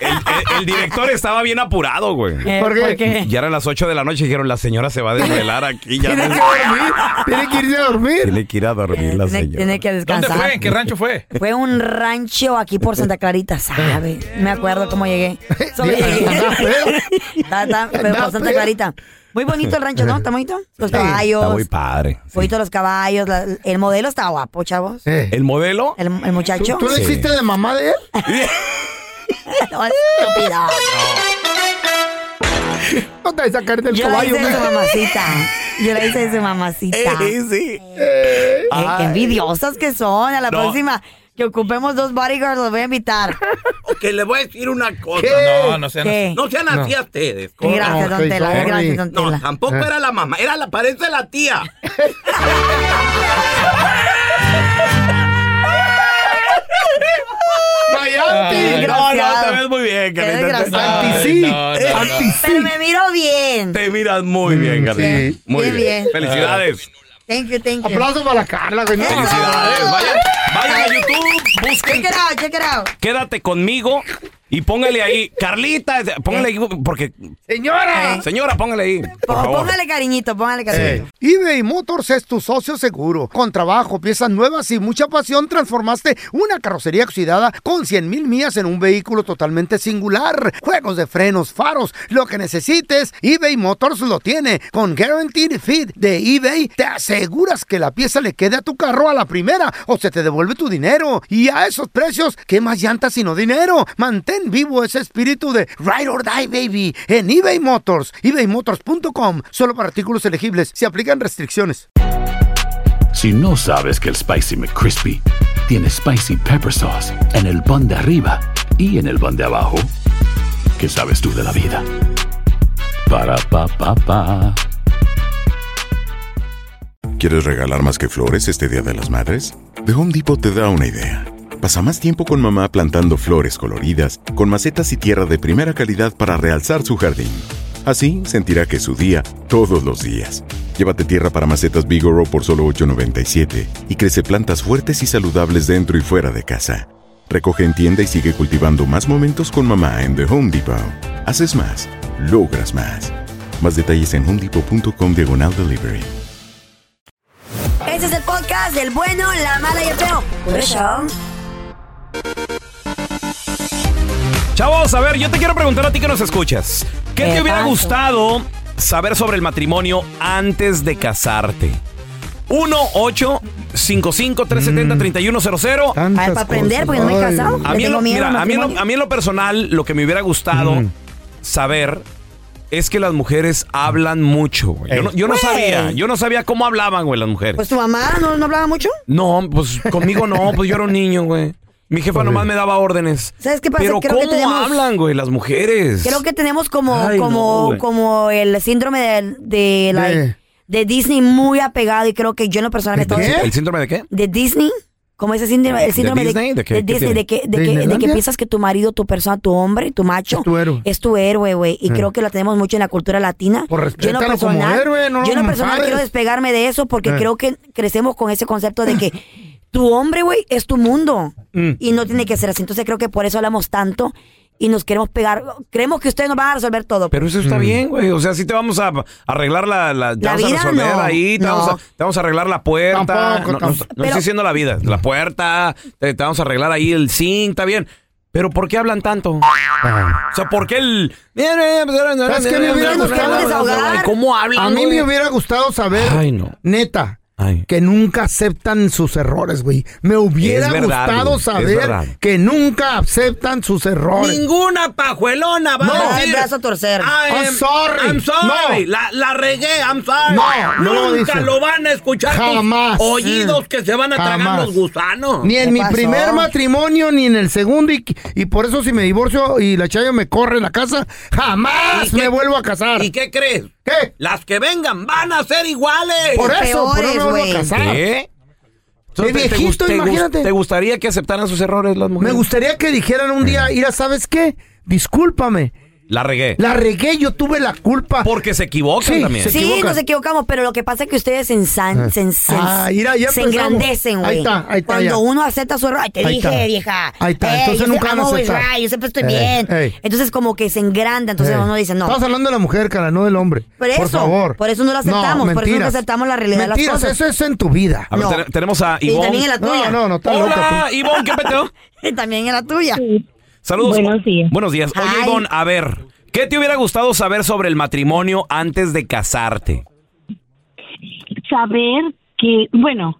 B: El, el- el director estaba bien apurado, güey.
D: Eh, ¿por qué? ¿por qué?
B: Ya eran las 8 de la noche y dijeron, la señora se va a desvelar aquí. Ya
C: Tiene
B: no-
C: que dormir, tiene que irse a dormir.
B: Tiene que ir a dormir la
D: Tiene,
B: señora.
D: tiene que descansar.
B: rancho fue?
D: Fue un rancho aquí por Santa Clarita, ¿sabe? Me acuerdo cómo llegué. Solo
C: Dios,
D: llegué.
C: anda
D: Está- está- pero por Santa Clarita. Muy bonito el rancho, ¿no? ¿Está bonito? Los
B: Está
D: caballos.
B: muy padre.
D: Bonito los caballos. la- el modelo está guapo, chavos.
B: ¿El modelo?
D: El, el muchacho.
C: ¿Tú no
D: Sí.
C: hiciste de mamá de él?
D: No, estúpida.
C: No te vas a sacar del
D: Yo la
C: caballo,
D: hice de su
C: mijo.
D: mamacita. Yo la hice de su mamacita.
B: sí.
D: Eh, qué envidiosas que son. A la
E: No.
D: próxima que ocupemos dos bodyguards los voy a invitar.
E: Que le voy a decir una cosa.
D: ¿Qué?
E: No, no sean,
D: ¿Qué?
E: así. no sean así
D: No.
E: a ustedes.
D: Gracias, don
E: No,
D: Tela,
E: sorry.
D: gracias, don Tela.
E: No, tampoco
D: Eh.
E: era la mamá, era la parece la tía.
B: Ay, no, no, te ves muy bien, Carlita.
D: Anti-sí. Pero me miro bien.
B: Te miras muy bien, Carlita.
D: Mm, sí.
B: Muy
D: Qué
B: bien.
D: bien.
B: Felicidades.
E: Ah.
D: Thank you, thank you.
C: Aplauso para la Carla, güey. no.
B: Felicidades. Vayan, vayan a YouTube, busquen.
D: Check it out, check it out.
B: Quédate conmigo y póngale ahí. Carlita, póngale ahí porque.
C: Señora.
B: Señora, póngale ahí. Por favor.
D: Póngale cariñito, póngale cariñito.
C: eBay Motors es tu socio seguro. Con trabajo, piezas nuevas y mucha pasión, transformaste una carrocería oxidada con 100.000 mil millas en un vehículo totalmente singular. Juegos de frenos, faros, lo que necesites, eBay Motors lo tiene. Con Guaranteed Fit de eBay, te aseguras que la pieza le quede a tu carro a la primera o se te devuelve tu dinero. Y a esos precios, ¿qué más llantas sino dinero? Mantén vivo ese espíritu de Ride or Die, baby, en eBay Motors. ebaymotors.com, solo para artículos elegibles. Se aplican restricciones.
I: Si no sabes que el Spicy McCrispy tiene Spicy Pepper Sauce en el pan de arriba y en el pan de abajo, ¿qué sabes tú de la vida? Para, pa, pa, pa.
L: ¿Quieres regalar más que flores este Día de las Madres? The Home Depot te da una idea. Pasa más tiempo con mamá plantando flores coloridas, con macetas y tierra de primera calidad para realzar su jardín. Así sentirá que es su día todos los días. Llévate tierra para macetas Bigoro por solo $8.97 y crece plantas fuertes y saludables dentro y fuera de casa. Recoge en tienda y sigue cultivando más momentos con mamá en The Home Depot. Haces más, logras más. Más detalles en homedepot.com diagonal delivery.
D: Este es el podcast del bueno, la mala y el feo. Por eso.
B: Chavos, a ver, yo te quiero preguntar a ti que nos escuchas. ¿Qué
E: ¿Qué
B: te hubiera
E: pasó?
B: gustado saber sobre el matrimonio antes de casarte? 1 8 55 370 3100
D: Ay, para aprender, porque no me he casado.
B: A
D: Mm. Le
B: mí, en
D: tengo
B: lo,
D: miedo al
B: mira, a, mí en lo,
D: matrimonio.
B: a mí en lo personal, lo que me hubiera gustado saber es que las mujeres hablan mucho, güey. Yo no, yo no
D: Güey.
B: sabía, yo no sabía cómo hablaban, güey, las mujeres.
D: Pues tu mamá no, no hablaba mucho.
B: no, pues conmigo no, pues yo era un niño, güey. Mi jefa nomás me daba órdenes.
D: ¿Sabes qué pasa?
B: Pero
D: Creo que
B: ¿cómo
D: tenemos-
B: hablan, güey, las mujeres?
D: Creo que tenemos como,
B: Ay, no,
D: como,
B: güey.
D: como el síndrome de, de, la-
B: De-
D: de Disney muy apegado y creo que yo en lo personal estaba-
B: ¿El síndrome de qué?
D: de Disney. Como ese síndrome, el
B: ¿De
D: síndrome de,
B: Disney? ¿De qué-
D: de
B: qué
D: Disney,
B: tiene?
D: de que, de, que, de que
B: ¿Disneylandia?
D: piensas que tu marido, tu persona, tu hombre, tu macho, es tu héroe, güey. Y
C: Eh.
D: creo que lo tenemos mucho en la cultura latina. yo en lo
C: respétalo como
D: personal,
C: héroe, no
D: yo en lo
C: como
D: personal
C: padre.
D: quiero despegarme de eso porque
C: Eh.
D: creo que crecemos con ese concepto de que tu hombre, güey, es tu mundo.
C: Mm.
D: Y no tiene que ser así. Entonces creo que por eso hablamos tanto y nos queremos pegar. Creemos que ustedes nos van a resolver todo.
B: Pero eso
C: Mm.
B: está bien, güey. O sea, sí te vamos a arreglar la. la- te
D: La
B: vamos
D: vida,
B: a resolver
D: no.
B: ahí, te,
D: No.
B: vamos a, te vamos a arreglar la puerta.
D: Tampoco,
B: no, no-
D: tampoco.
B: no estoy diciendo la vida, la puerta, te, te vamos a arreglar ahí el zinc, está bien. Pero ¿por qué hablan tanto? O sea, ¿por qué el.
E: pues
C: ¿Sabes qué me hubiera gustado?
B: ¿Cómo hablan?
C: A mí
B: güey?
C: me hubiera gustado saber, neta, que nunca aceptan sus errores, güey. Me hubiera
E: Es verdad,
C: gustado
E: güey, es verdad.
C: saber que nunca aceptan sus errores.
E: Ninguna pajuelona va
C: No.
E: a
C: Ay,
E: decir.
C: brazo
D: a torcer.
C: I'm sorry.
E: I'm sorry.
C: No.
E: La, la regué. I'm sorry.
C: No, no lo
E: Nunca
C: dicen.
E: lo van a escuchar. tus
C: Jamás.
E: Oídos que se van a tragar
C: Jamás.
E: los gusanos.
C: Ni en mi primer
E: matrimonio.
C: matrimonio, ni en el segundo, y, y por eso si me divorcio y la Chayo me corre en la casa, jamás me vuelvo a casar.
E: ¿Y qué crees?
C: ¿Qué?
E: Las que vengan van a ser iguales.
C: Por eso, por eso me voy a casar.
B: ¿Qué?
C: De viejito,
B: te, gust-
C: imagínate.
B: te gustaría que aceptaran sus errores las
C: Me
B: mujeres? Mm.
C: gustaría que dijeran un día, mira, ¿sabes qué? Discúlpame.
B: La regué.
C: La regué, yo tuve la culpa.
B: Porque se equivocan también.
D: Sí, nos equivocamos, pero lo que pasa es que ustedes se, ensan- se, se-
C: Ah, mira, ya
D: se
C: empezamos.
D: engrandecen, güey.
C: Ahí está, ahí está,
D: Cuando
C: ya.
D: uno acepta su error, ay, te
C: Ahí
D: dije,
C: está.
D: vieja.
C: Ahí está, entonces
D: yo
C: nunca
D: se-
C: van a
D: I'm always
C: aceptar.
D: right, yo siempre estoy
C: Ey,
D: bien.
C: ey.
D: Entonces como que se engranda, entonces
C: Eh,
D: uno dice, no.
C: Estamos hablando de la mujer, cara, no del hombre.
D: Por eso,
C: favor.
D: por eso no la aceptamos, por eso nunca
C: mentiras.
D: aceptamos la realidad de las
C: Mentiras,
D: cosas.
C: eso es en tu vida.
B: A ver, ten- tenemos a
D: Y
B: Ivonne.
D: también en la
C: No,
D: tuya.
C: no, no, está
B: Hola,
C: loca tú.
B: Ivonne, ¿qué peteo?
D: también en la tuya.
B: Saludos.
D: Buenos días.
B: Buenos días. Oye,
D: Hi.
B: Ivonne, a ver, ¿qué te hubiera gustado saber sobre el matrimonio antes de casarte?
M: saber que, bueno,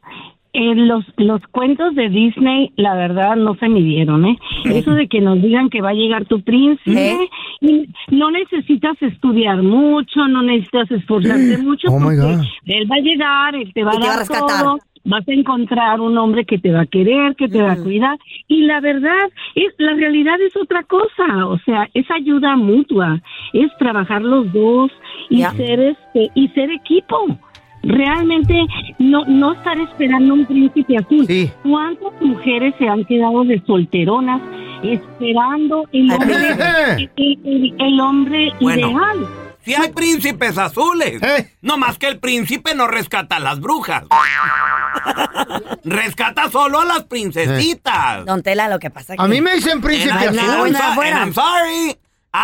M: eh, los, los cuentos de Disney, la verdad, no se midieron, ¿eh? Eso de que nos digan que va a llegar tu príncipe, y no necesitas estudiar mucho, no necesitas esforzarte mucho,
C: Oh, my
M: porque
C: God.
M: él va a llegar, él te va
D: Y
M: a
D: te va a
M: dar
D: rescatar.
M: todo, vas a encontrar un hombre que te va a querer, que te va a cuidar, y la verdad, es la realidad es otra cosa, o sea, es ayuda mutua, es trabajar los dos y
D: Ya.
M: ser este y ser equipo realmente no, no estar esperando un príncipe azul. ¿Cuántas mujeres se han quedado de solteronas esperando el
E: Al
M: hombre,
E: príncipe.
M: el, el- el hombre
E: Bueno.
M: ideal?
E: Si hay príncipes azules.
C: Eh.
E: No más que el príncipe no rescata a las brujas. rescata solo a las princesitas.
D: Don Tela, lo que
C: Eh.
D: pasa es que...
E: A mí me
C: dicen príncipe
E: And I'm-
D: azul.
E: I'm
D: Buena,
E: so-
D: buena.
E: and I'm sorry.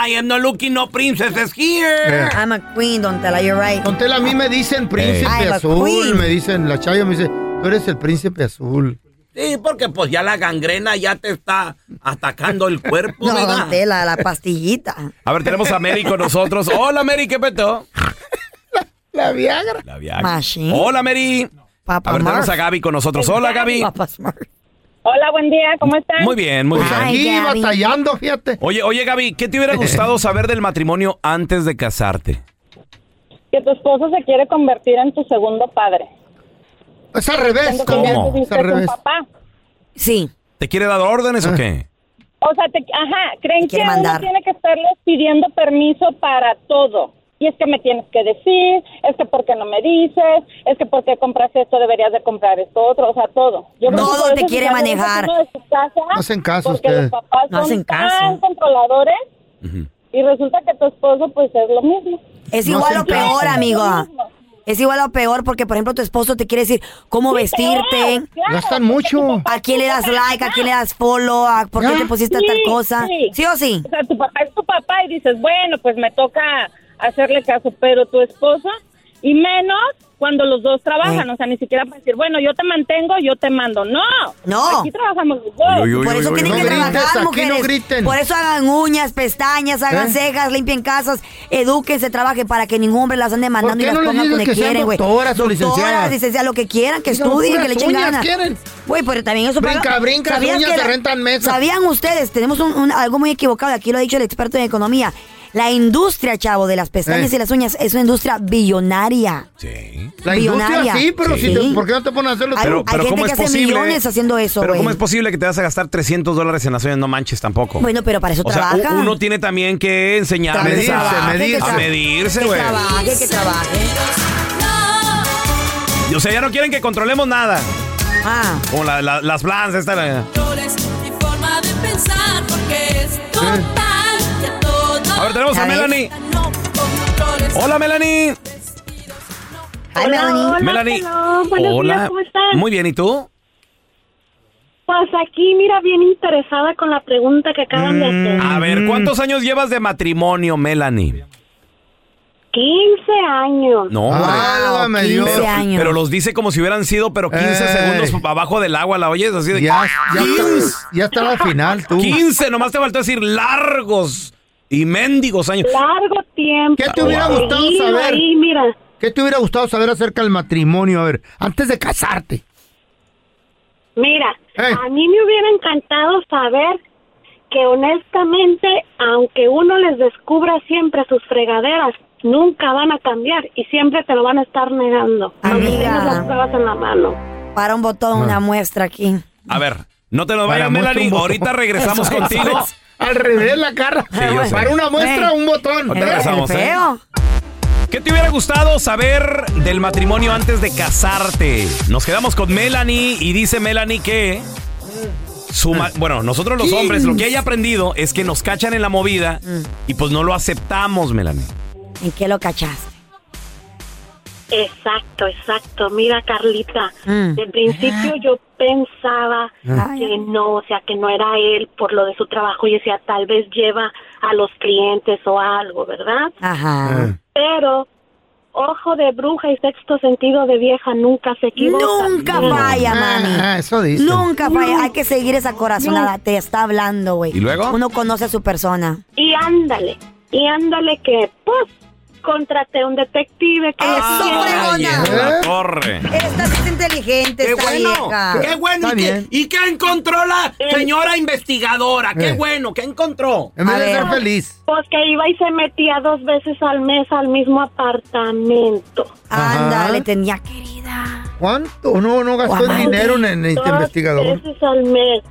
E: I am no looking no princesses here.
D: I'm a queen, Don Tela, you're right.
C: Eh. Don Tela, a mí me dicen príncipe
D: I'm a
C: azul,
D: queen.
C: me dicen, la chaya me dice, tú eres el príncipe azul.
E: Sí, porque pues ya la gangrena ya te está atacando el cuerpo,
D: No,
E: ¿verdad?
D: Don Tela, la pastillita.
B: A ver, tenemos a Mary con nosotros. Hola, Mary, ¿qué peteo?
C: La Viagra.
B: La Viagra.
D: Machine.
B: Hola, Mary. a ver, tenemos
D: Murph.
B: a Gaby con nosotros. Hola, Gaby.
H: Hola, buen día, ¿cómo están?
B: Muy bien, muy bien.
C: Aquí batallando, fíjate.
B: Oye, oye, Gaby, ¿qué te hubiera gustado saber del matrimonio antes de casarte?
H: Que tu esposo se quiere convertir en tu segundo padre.
C: Es al revés,
H: Cuando ya
B: ¿cómo?
H: tuviste
B: Es al
H: un
B: revés.
H: papá.
D: Sí.
B: ¿Te quiere dar órdenes o qué?
H: O sea, te- ajá, creen que
B: quiere
H: uno
B: mandar.
H: tiene que estarles pidiendo permiso para todo. Y es que me tienes que decir, es que por qué no me dices, es que por qué compras esto, deberías de comprar esto otro, o sea, todo. creo que
D: Todo
H: por
D: te
H: eso
D: quiere
H: se sale
D: manejar.
H: uno de su casa,
C: No hacen caso
H: porque
C: ustedes.
H: los papás
D: No hacen
H: son
D: caso.
H: tan controladores y resulta que tu esposo pues es lo mismo.
D: Es igual o peor, amigo. Es igual o peor porque, por ejemplo, tu esposo te quiere decir cómo vestirte.
C: Gastan mucho.
D: ¿A quién le das like? ¿A quién le das follow? ¿A ¿Por qué te pusiste
H: Ah, Sí,
D: tal cosa?
H: sí.
D: ¿Sí o sí?
H: O sea, tu papá es tu papá y dices, bueno, pues me toca hacerle caso, pero tu esposa, y menos cuando los dos trabajan, o sea, ni siquiera para decir, bueno, yo te mantengo, yo te mando. No,
D: No.
H: aquí trabajamos los dos.
D: Uy, uy, uy, Por eso uy, tienen uy, que uy. trabajar,
C: Grites, aquí no
D: mujeres.
C: griten.
D: Por eso hagan uñas, pestañas, hagan
C: ¿Eh?
D: cejas, limpien casas, edúquense, trabajen para que ningún hombre las ande mandando
C: qué
D: y las
C: no les
D: pongan
C: dices
D: donde
C: que sean
D: quieren, güey.
C: doctoras o licenciadas?
D: licenciadas, lo que quieran, que
C: Digan,
D: estudien, que le
C: puras
D: echen
C: uñas
D: ganas.
C: quieren.
D: Güey, pero también eso
C: Brinca,
D: paga-
C: brinca, las
D: ¿Sabían
C: uñas
D: que
C: te
D: la-
C: rentan mesas.
D: ¿Sabían ustedes? Tenemos un- un- algo muy equivocado, aquí lo ha dicho el experto en economía. La industria, chavo, de las pestañas
C: Eh.
D: y las uñas es una industria billonaria.
C: La industria
D: Billonaria.
C: sí, pero
D: Sí.
C: si te- ¿por qué no te ponen a hacerlo
B: Pero-
C: tú?
B: pero
D: Hay
B: ¿cómo
D: gente
B: es
D: que hace
B: posible?
C: ¿eh?
D: millones haciendo eso,
B: Pero
D: güey.
B: ¿cómo es posible que te vas a gastar 300 dólares en las uñas? No manches tampoco.
D: Bueno, pero para eso
B: o sea, u-
D: trabajan.
B: uno tiene también que enseñar a
C: Medirse, medirse.
B: A medirse,
D: que
B: güey.
D: trabaje, que trabaje.
B: Y, uh, O sea, ya no quieren que controlemos nada.
D: Ah.
B: Como la- la- las blans, esta. la-
N: Mi forma de pensar porque es total que todo.
B: A ver, tenemos a
N: Ya ves.
B: Melanie.
N: No controles.
B: Hola, Melanie.
D: Hola, Melanie.
B: Melanie.
O: hello, buenos días, ¿cómo están?
B: Muy bien, ¿y tú?
O: Pues aquí, mira, bien interesada con la pregunta que acaban
C: Mm.
O: de hacer.
B: A ver, ¿cuántos años llevas de matrimonio, Melanie?
O: 15 años.
B: No, hombre.
C: Válgame Dios.
B: pero, pero los dice como si hubieran sido, pero 15
C: Ey.
B: segundos abajo del agua, ¿la oyes? Así de.
C: Ya, ya,
B: "15".
C: está, ya está la final, tú.
B: 15, nomás te faltó decir largos y mendigos años.
O: Largo tiempo.
C: ¿Qué te hubiera gustado
O: Seguido
C: saber?
O: ahí, mira.
C: ¿Qué te hubiera gustado saber acerca del matrimonio? A ver, antes de casarte.
O: Mira,
C: Eh.
O: a mí me hubiera encantado saber que honestamente, aunque uno les descubra siempre sus fregaderas, nunca van a cambiar y siempre te lo van a estar negando. Aunque tengas las pruebas en la mano.
D: Para un botón,
B: Ah.
D: una muestra aquí.
B: A ver, no te lo
C: Para
B: vayas,
C: mucho
B: Melanie.
C: un voto.
B: Ahorita regresamos
C: Eso,
B: contigo.
C: eso es. Al revés la cara.
B: Sí, yo sé.
C: Para una muestra, un botón.
B: Ahorita
C: Eh,
B: regresamos, ¿eh?
D: Feo.
B: ¿Qué te hubiera gustado saber del matrimonio antes de casarte? Nos quedamos con Melanie y dice Melanie que... su ma- bueno, nosotros los hombres, lo que haya aprendido es que nos cachan en la movida y pues no lo aceptamos, Melanie.
D: ¿En qué lo cachaste?
O: Exacto, exacto. Mira, Carlita, de principio yo pensaba
D: Mm. Ah.
O: que no, o sea, que no era él por lo de su trabajo y decía, tal vez lleva a los clientes o algo, ¿verdad?
C: Eh.
D: Ajá.
O: Pero ojo de bruja y sexto sentido de vieja nunca se equivoca.
D: Nunca falla, mami.
C: Ah, eso dice.
D: Nunca falla. Hay que seguir esa corazonada. Te está hablando, güey.
C: ¿Y luego?
D: Uno conoce a su persona.
O: Y ándale, y ándale que, pues, contraté un detective que...
D: Ay,
B: en la torre.
D: Esta sí es inteligente,
E: ¡Qué
D: esta
E: bueno!
D: vieja.
E: ¡Qué bueno! ¿Y qué, ¿Y qué encontró la señora investigadora? ¡Qué
C: Eh.
E: bueno! ¿Qué encontró?
O: Pues que iba y se metía dos veces al mes al mismo apartamento.
C: Ándale,
D: tenía querida.
C: ¿Cuánto? No, no gastó el
O: Guau.
C: dinero en el
O: Dos
C: investigador.
O: veces al mes.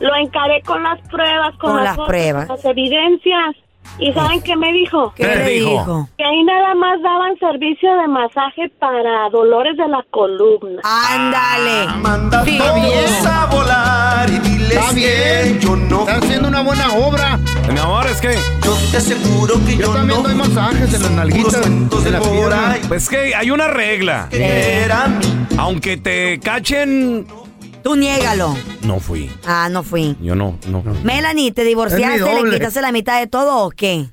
O: Lo encaré con las pruebas, con,
C: Con
O: las,
C: las
O: fotos,
C: pruebas.
O: con las evidencias. ¿Y saben qué me dijo?
D: ¿Qué te dijo?
O: Que ahí nada más daban servicio de masaje para dolores de la columna.
D: ¡Ándale!
C: Ah,
O: Manda
C: a volar y diles que yo no. Está haciendo una buena obra.
B: Mi amor, es que...
C: Yo te aseguro que yo, también doy masajes en las Eh. nalguitas, en la pierna.
B: Pues que hay una regla.
C: ¿Qué?
B: Aunque te cachen...
D: Tú niégalo.
B: No fui.
D: Ah, no fui.
B: Yo no, no.
D: Melanie, ¿te
B: Es
D: divorciaste?
B: mi
D: ¿Le
B: doble.
D: quitaste la mitad de todo o qué?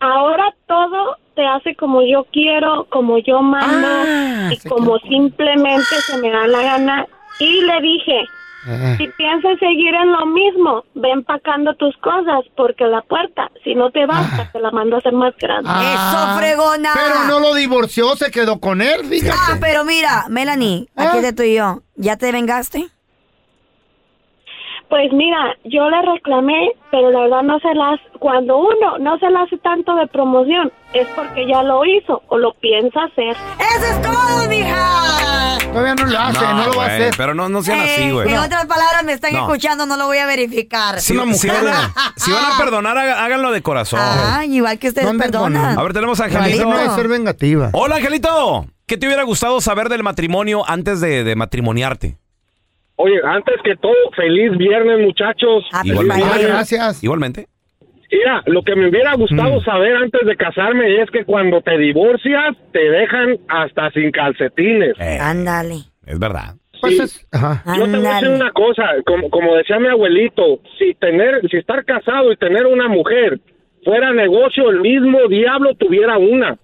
O: Ahora todo te hace como yo quiero, como yo mando y como simplemente se me da la gana. Y le dije, Si piensas seguir en lo mismo, ven pacando tus cosas, porque la puerta, si no te basta, te la mando a hacer más grande.
C: Ah.
D: ¡Eso, fregona!
C: Pero no lo divorció, se quedó con él, fíjate. Ah.
D: Ah, pero mira, Melanie, aquí de tú y yo. ¿Ya te vengaste?
O: Pues mira, yo le reclamé, pero la verdad no se las... Cuando uno no se la hace tanto de promoción, es porque ya lo hizo o lo piensa hacer.
D: ¡Eso es todo, mija!
C: Oh, Todavía no lo hace, no, lo va a
B: güey,
C: hacer.
B: Pero no, no sean así, güey.
D: Eh, En otras palabras, me están
B: No.
D: escuchando, no lo voy a verificar.
B: Si, si van a, si
P: Ah.
B: van a perdonar, haga- háganlo de corazón.
D: Ah, igual que ustedes perdonan.
B: A ver, tenemos a
C: Igualito.
B: Angelito.
C: No debe ser vengativa.
B: Hola, Angelito. ¿Qué te hubiera gustado saber del matrimonio antes de, de matrimoniarte?
P: Oye, antes que todo, feliz viernes, muchachos.
B: Igualmente.
P: Mira, lo que me hubiera gustado saber antes de casarme es que cuando te divorcias, te dejan hasta sin calcetines.
D: Ándale.
B: Es verdad.
C: Pues
P: Yo te voy a decir una cosa, como, como decía mi abuelito, si tener, si estar casado y tener una mujer fuera negocio, el mismo diablo tuviera una.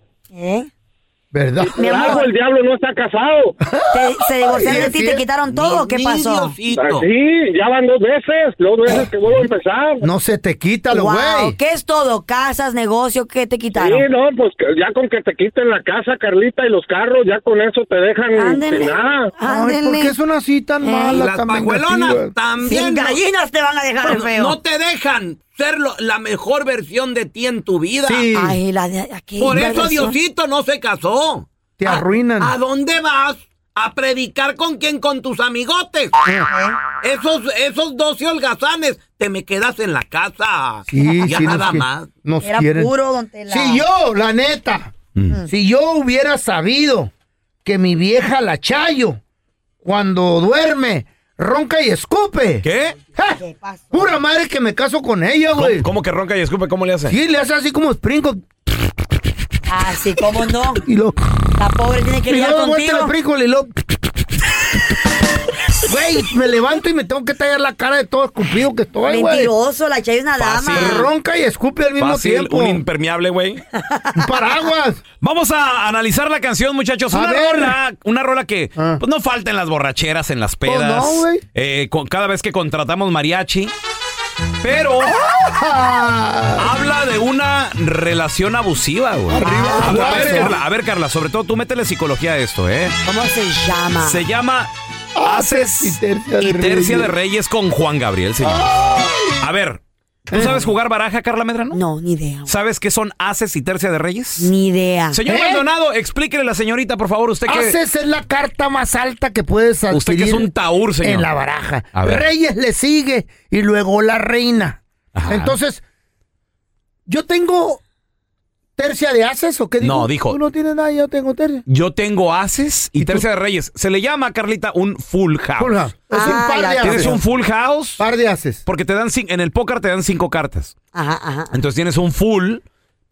C: ¿Verdad?
P: Por algo el diablo no está casado.
D: ¿Se divorciaron de ti? ¿Te quitaron todo? ¿Qué pasó?
P: Ah, Sí, ya van dos veces, dos veces que vuelvo a empezar.
C: No se te quita lo
D: Guau,
C: güey.
D: ¿Qué es todo? ¿Casas, negocio? ¿Qué te
P: Sí,
D: quitaron?
P: no, pues que- ya con que te quiten la casa, Carlita, y los carros, ya con eso te dejan
D: Ándele. Ah,
P: sin nada.
C: Ay, ¿por qué son así tan
P: Eh.
C: malas?
P: Las
C: tan
P: pajuelonas
C: vengativas?
E: También.
D: Sin
E: no-
D: gallinas te van a dejar
E: no,
D: feo.
E: No te dejan ser lo- la mejor versión de ti en tu vida.
D: Ay, la de aquí.
E: Por
D: la
E: eso
D: versión.
E: Diosito no se casó.
C: Te arruinan.
E: ¿A dónde vas? ¿A predicar con quién? Con tus amigotes. Esos, esos 12 holgazanes, te me quedas en la casa.
C: Sí,
E: ya
C: sí,
E: nada
C: nos, qui-
E: más.
C: nos quieren. Si yo, la neta,
B: Mm.
C: Mm. si yo hubiera sabido que mi vieja la Chayo, cuando duerme, ronca y escupe.
B: ¿Qué?
C: Pura madre que me caso con ella,
B: ¿Cómo,
C: güey.
B: cómo que ronca y escupe? ¿Cómo le hace?
C: Sí, le hace así como sprinco.
D: Ah, sí, cómo no.
C: Y lo...
D: La pobre tiene que
C: y
D: lidiar
C: luego vuelta el
D: contigo.
C: brinco y lo... Güey, me levanto y me tengo que tallar la cara de todo escupido que estoy, güey.
D: Mentiroso, la Chayo es una dama.
C: Ronca y escupe al mismo
B: Fácil,
C: tiempo.
B: un impermeable, güey.
C: paraguas.
B: Vamos a analizar la canción, muchachos.
C: A
B: Una
C: ver. Ah.
B: rola, una rola que pues, no falta en las borracheras, en las
C: Pues
B: pedas.
C: no, güey.
B: Eh, con- cada vez que contratamos mariachi. Pero habla de una relación abusiva, güey. A ver, a ver, Carla, a ver, Carla, sobre todo tú métele psicología a esto, ¿eh?
D: ¿Cómo se llama?
B: Se llama Haces y Tercia,
C: de,
B: Reyes. con Juan Gabriel, señor. A ver,
C: Eh.
B: ¿tú sabes jugar baraja, Carla Medrano?
D: No, ni idea.
B: ¿Sabes qué son Haces y Tercia de Reyes?
D: Ni idea.
B: Señor
C: ¿Eh?
B: Maldonado, explíquele a la señorita, por favor, usted que...
C: Haces es la carta más alta que puedes adquirir.
B: Usted que es un taur, señor.
C: En la baraja.
B: A ver.
C: Reyes le sigue y luego la reina. Entonces, yo tengo tercia de haces o qué dijo?
B: No, dijo-
C: Tú no tienes nada, yo tengo tercia.
B: Yo tengo ases y, tercia de reyes. Se le llama, Carlita, un full house.
C: Full house. Ah, Es un par de ases.
B: Tienes un full house.
C: Par de ases.
B: Porque te dan cin- en el póker te dan cinco cartas.
D: Ajá, ajá.
B: Entonces tienes un full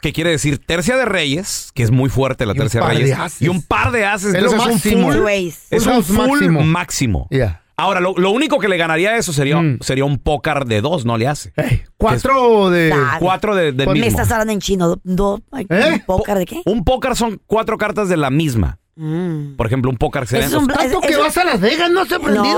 B: que quiere decir tercia de reyes, que es muy fuerte la tercia de
C: par de
B: reyes.
C: ases.
B: y un par de ases.
C: Es lo
B: Entonces es un
C: máximo.
B: full.
C: Always.
B: Es
C: Full
B: un
C: house
B: full máximo.
C: máximo. Ya.
B: Ahora, lo, lo único que le ganaría a eso sería, sería un póker de dos, no le hace.
C: Mm. cuatro
B: Que es-
C: de-
B: Cuatro de, del
D: Pues me
B: mismo.
D: estás hablando en chino. Do, ay, ¿Un póker de qué?
B: Un póker son cuatro cartas de la misma.
C: Mm.
B: Por ejemplo, Pues un póker serían
D: Es un
B: los-
D: bla- es- es- No,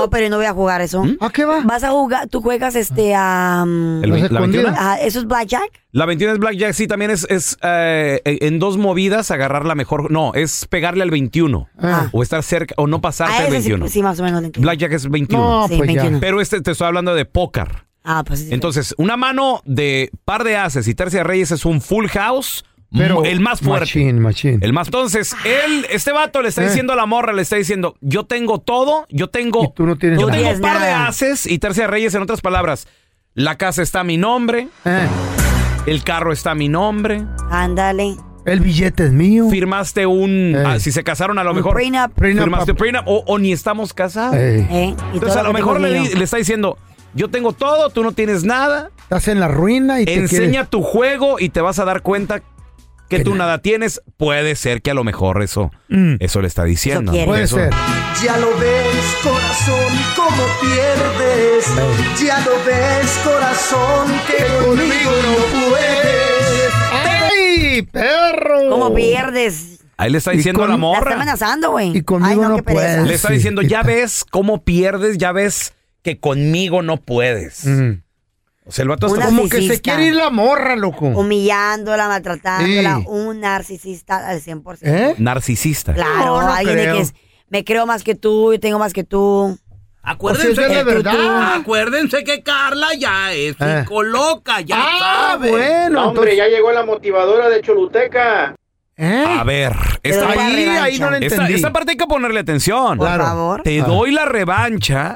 D: pero no voy a jugar eso.
C: ¿A qué va?
D: Vas a jugar, tú juegas este a... um,
B: El ve- la escondida.
D: Ajá, ¿Eso es blackjack?
B: La 21 es blackjack, sí, también es, es eh, en dos movidas agarrar la mejor. No, es pegarle al 21. O estar cerca, o no pasarte
D: Ah,
B: al
D: ese sí,
B: 21.
D: sí, más o menos. lo entiendo.
B: Blackjack es 21.
D: No, Sí, pues ya. 21.
B: Pero este te estoy hablando de póker.
D: Ah, pues sí.
B: Entonces, una mano de par de ases y tercia de reyes es un full house,
C: Pero
B: mu- el más fuerte.
C: Machín, machín.
B: El más. Entonces, él, este vato le está
C: Eh.
B: diciendo a la morra, le está diciendo, yo tengo todo, yo tengo.
C: Tú no tienes
B: yo
C: nada.
B: tengo un par de haces y tercia de reyes, en otras palabras. La casa está a mi nombre.
C: Eh.
B: El carro está a mi nombre.
D: Ándale.
C: El billete es mío. Eh.
B: Firmaste un. ah, si se casaron, a lo
D: Un
B: mejor.
D: prenup. Prenup,
B: Firmaste prenup o, o ni estamos casados.
C: Ey.
D: Eh, y todo
B: Entonces, a
D: lo
B: lo
D: que tengo
B: mejor le,
D: mío.
B: di- le está diciendo: Yo tengo todo, tú no tienes nada.
C: Estás en la ruina y te
B: Enseña
C: quieres...
B: tu juego y te vas a dar cuenta que tú nada tienes. Puede ser que a lo mejor eso,
D: Mm.
B: eso le está diciendo. ¿no? Eso-
Q: Ya lo ves, corazón, cómo pierdes. Ya lo ves, corazón, que conmigo no puedes.
C: ¡Ay, perro!
D: ¿Cómo pierdes?
B: Ahí le está
D: Y
B: diciendo
D: con-
B: a la
D: La está
B: morra.
D: amenazando, güey.
C: Y conmigo no, puedes.
B: Le está diciendo, ya ves cómo pierdes, ya ves que conmigo no puedes.
D: Mm.
B: O sea, el vato hasta-
C: Como que se quiere ir la morra, loco.
D: Humillándola, maltratándola.
B: Sí.
D: Un narcisista al 100%.
C: ¿Eh?
B: Narcisista.
D: Claro, alguien de que es, me ¿Eh? creo más que tú, yo tengo más que tú.
E: Acuérdense,
D: O sea, Pues es de
E: que,
D: verdad. Ah.
E: acuérdense que Carla ya es
C: Eh.
E: psicoloca, ya sabe.
R: hombre, ya llegó la motivadora de Choluteca.
B: A ver,
R: Te doy la ¿Eh? Ahí- revancha. ahí no la
B: esta-
R: entendí.
B: esta parte hay que ponerle atención.
R: Por Claro. favor.
B: Te
R: Ah.
B: doy la revancha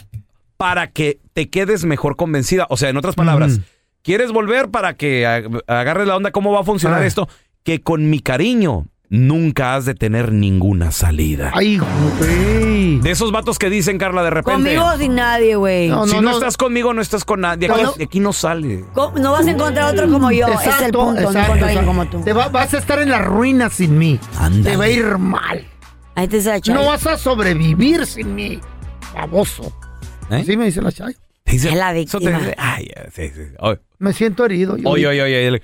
B: para que te quedes mejor convencida. O sea, en otras palabras, ¿quieres volver para que ag- agarres la onda? ¿Cómo va a funcionar
C: Ah.
B: esto? Que con mi cariño nunca has de tener ninguna salida.
C: Ay, güey.
B: De esos vatos que dicen, Carla, de repente.
D: Conmigo o sin nadie, güey.
B: si no, estás conmigo, no estás con nadie. De aquí,
D: Cuando-
B: de aquí no sale.
D: Co- No vas a encontrar otro como yo. es el
C: Exacto,
D: punto. no
C: exacto,
D: encontrar alguien
C: exacto.
D: como tú.
C: Te va- vas a estar en la ruina sin mí. Te va a ir mal.
D: Ahí te Chayo.
C: No vas a sobrevivir sin mí. Baboso. Así me dice la Chayo.
B: ¿Eh? Dice,
C: la
B: víctima. Ay, sí, sí. Oye,
C: Me siento herido. yo.
B: oye, oye, oye, El,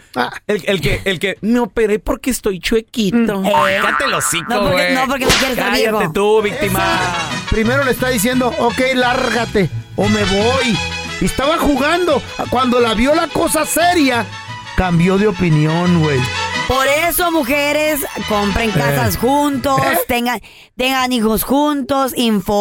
B: el- el que, el que me operé porque estoy chuequito. Cállate los hocico,
C: Mm. No, porque-
B: güey.
C: no, porque no quieres ser
B: Cállate
C: viejo.
B: tú, víctima.
C: Primero le está diciendo, ok, lárgate o me voy. Y estaba jugando. Cuando la vio la cosa seria, cambió de opinión, güey.
D: Por eso, mujeres,
C: Eh.
D: compren casas juntos, tengan, tengan hijos juntos,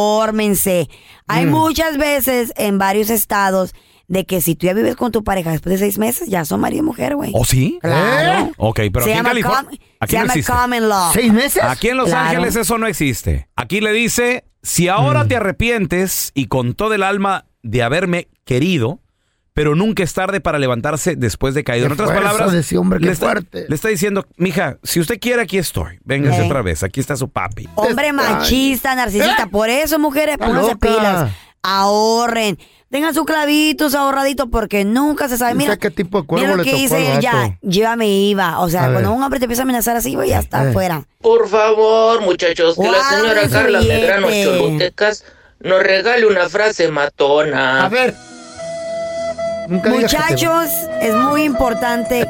D: infórmense. Hay
C: Mm.
D: muchas veces en varios estados de que si tú ya vives con tu pareja después de seis meses, ya son marido y mujer, güey.
B: ¿O ¿Oh, sí?
C: ¿Eh?
D: Claro.
B: Ok, pero aquí
D: Se
B: en
D: llama com-
B: California. Aquí
D: se
B: no
D: llama
B: existe.
D: common law. ¿Seis meses?
B: Aquí en Los
D: Claro.
B: Ángeles eso no existe. Aquí le dice: si ahora
C: Mm.
B: te arrepientes y con todo el alma de haberme querido, pero nunca es tarde para levantarse después de caído.
C: Qué
B: en otras
C: fuerza
B: palabras,
C: de ese hombre, qué
B: le, está,
C: fuerte.
B: le está diciendo, mija, si usted quiere, aquí estoy. Véngase
D: Ey.
B: otra vez, aquí está su papi.
D: Hombre machista, narcisista.
C: Eh.
D: Por eso, mujeres,
B: Está
D: pónganse
B: loca.
D: pilas. Ahorren. Tengan sus clavitos ahorraditos porque nunca se sabe.
C: No sé
D: Mira,
C: qué tipo de cuervo
D: mira lo
C: le
D: que
C: tocó al
D: dice él ya.
C: vato.
D: Llévame IVA. O sea,
C: A
D: cuando
C: ver.
D: un hombre te empieza a amenazar así, güey, ya está
C: Eh.
D: afuera.
S: Por favor, muchachos, que la señora
D: Guarden su
S: Carla
D: billete.
S: Medrano Cholutecas nos regale una frase matona.
B: Ah.
C: A ver.
D: Muchachos, es muy importante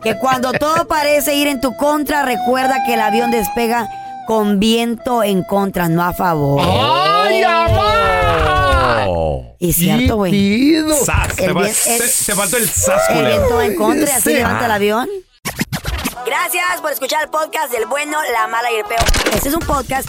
D: que cuando todo parece ir en tu contra, recuerda que el avión despega con viento en contra, no a favor.
C: ¡Ay, amá!
D: Y cierto, güey.
C: Típido.
B: Oh. Sas, te,
D: El
B: va-
D: bien-
B: se-
D: el-
B: te faltó el sas,
D: El
B: culero.
D: viento va en contra y así
B: Sí.
D: levanta el
B: Ah.
D: avión. Gracias por escuchar el podcast del bueno, la mala y el peor. Este es un podcast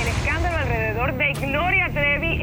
N: El escándalo alrededor de Gloria Trevi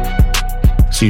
I: Si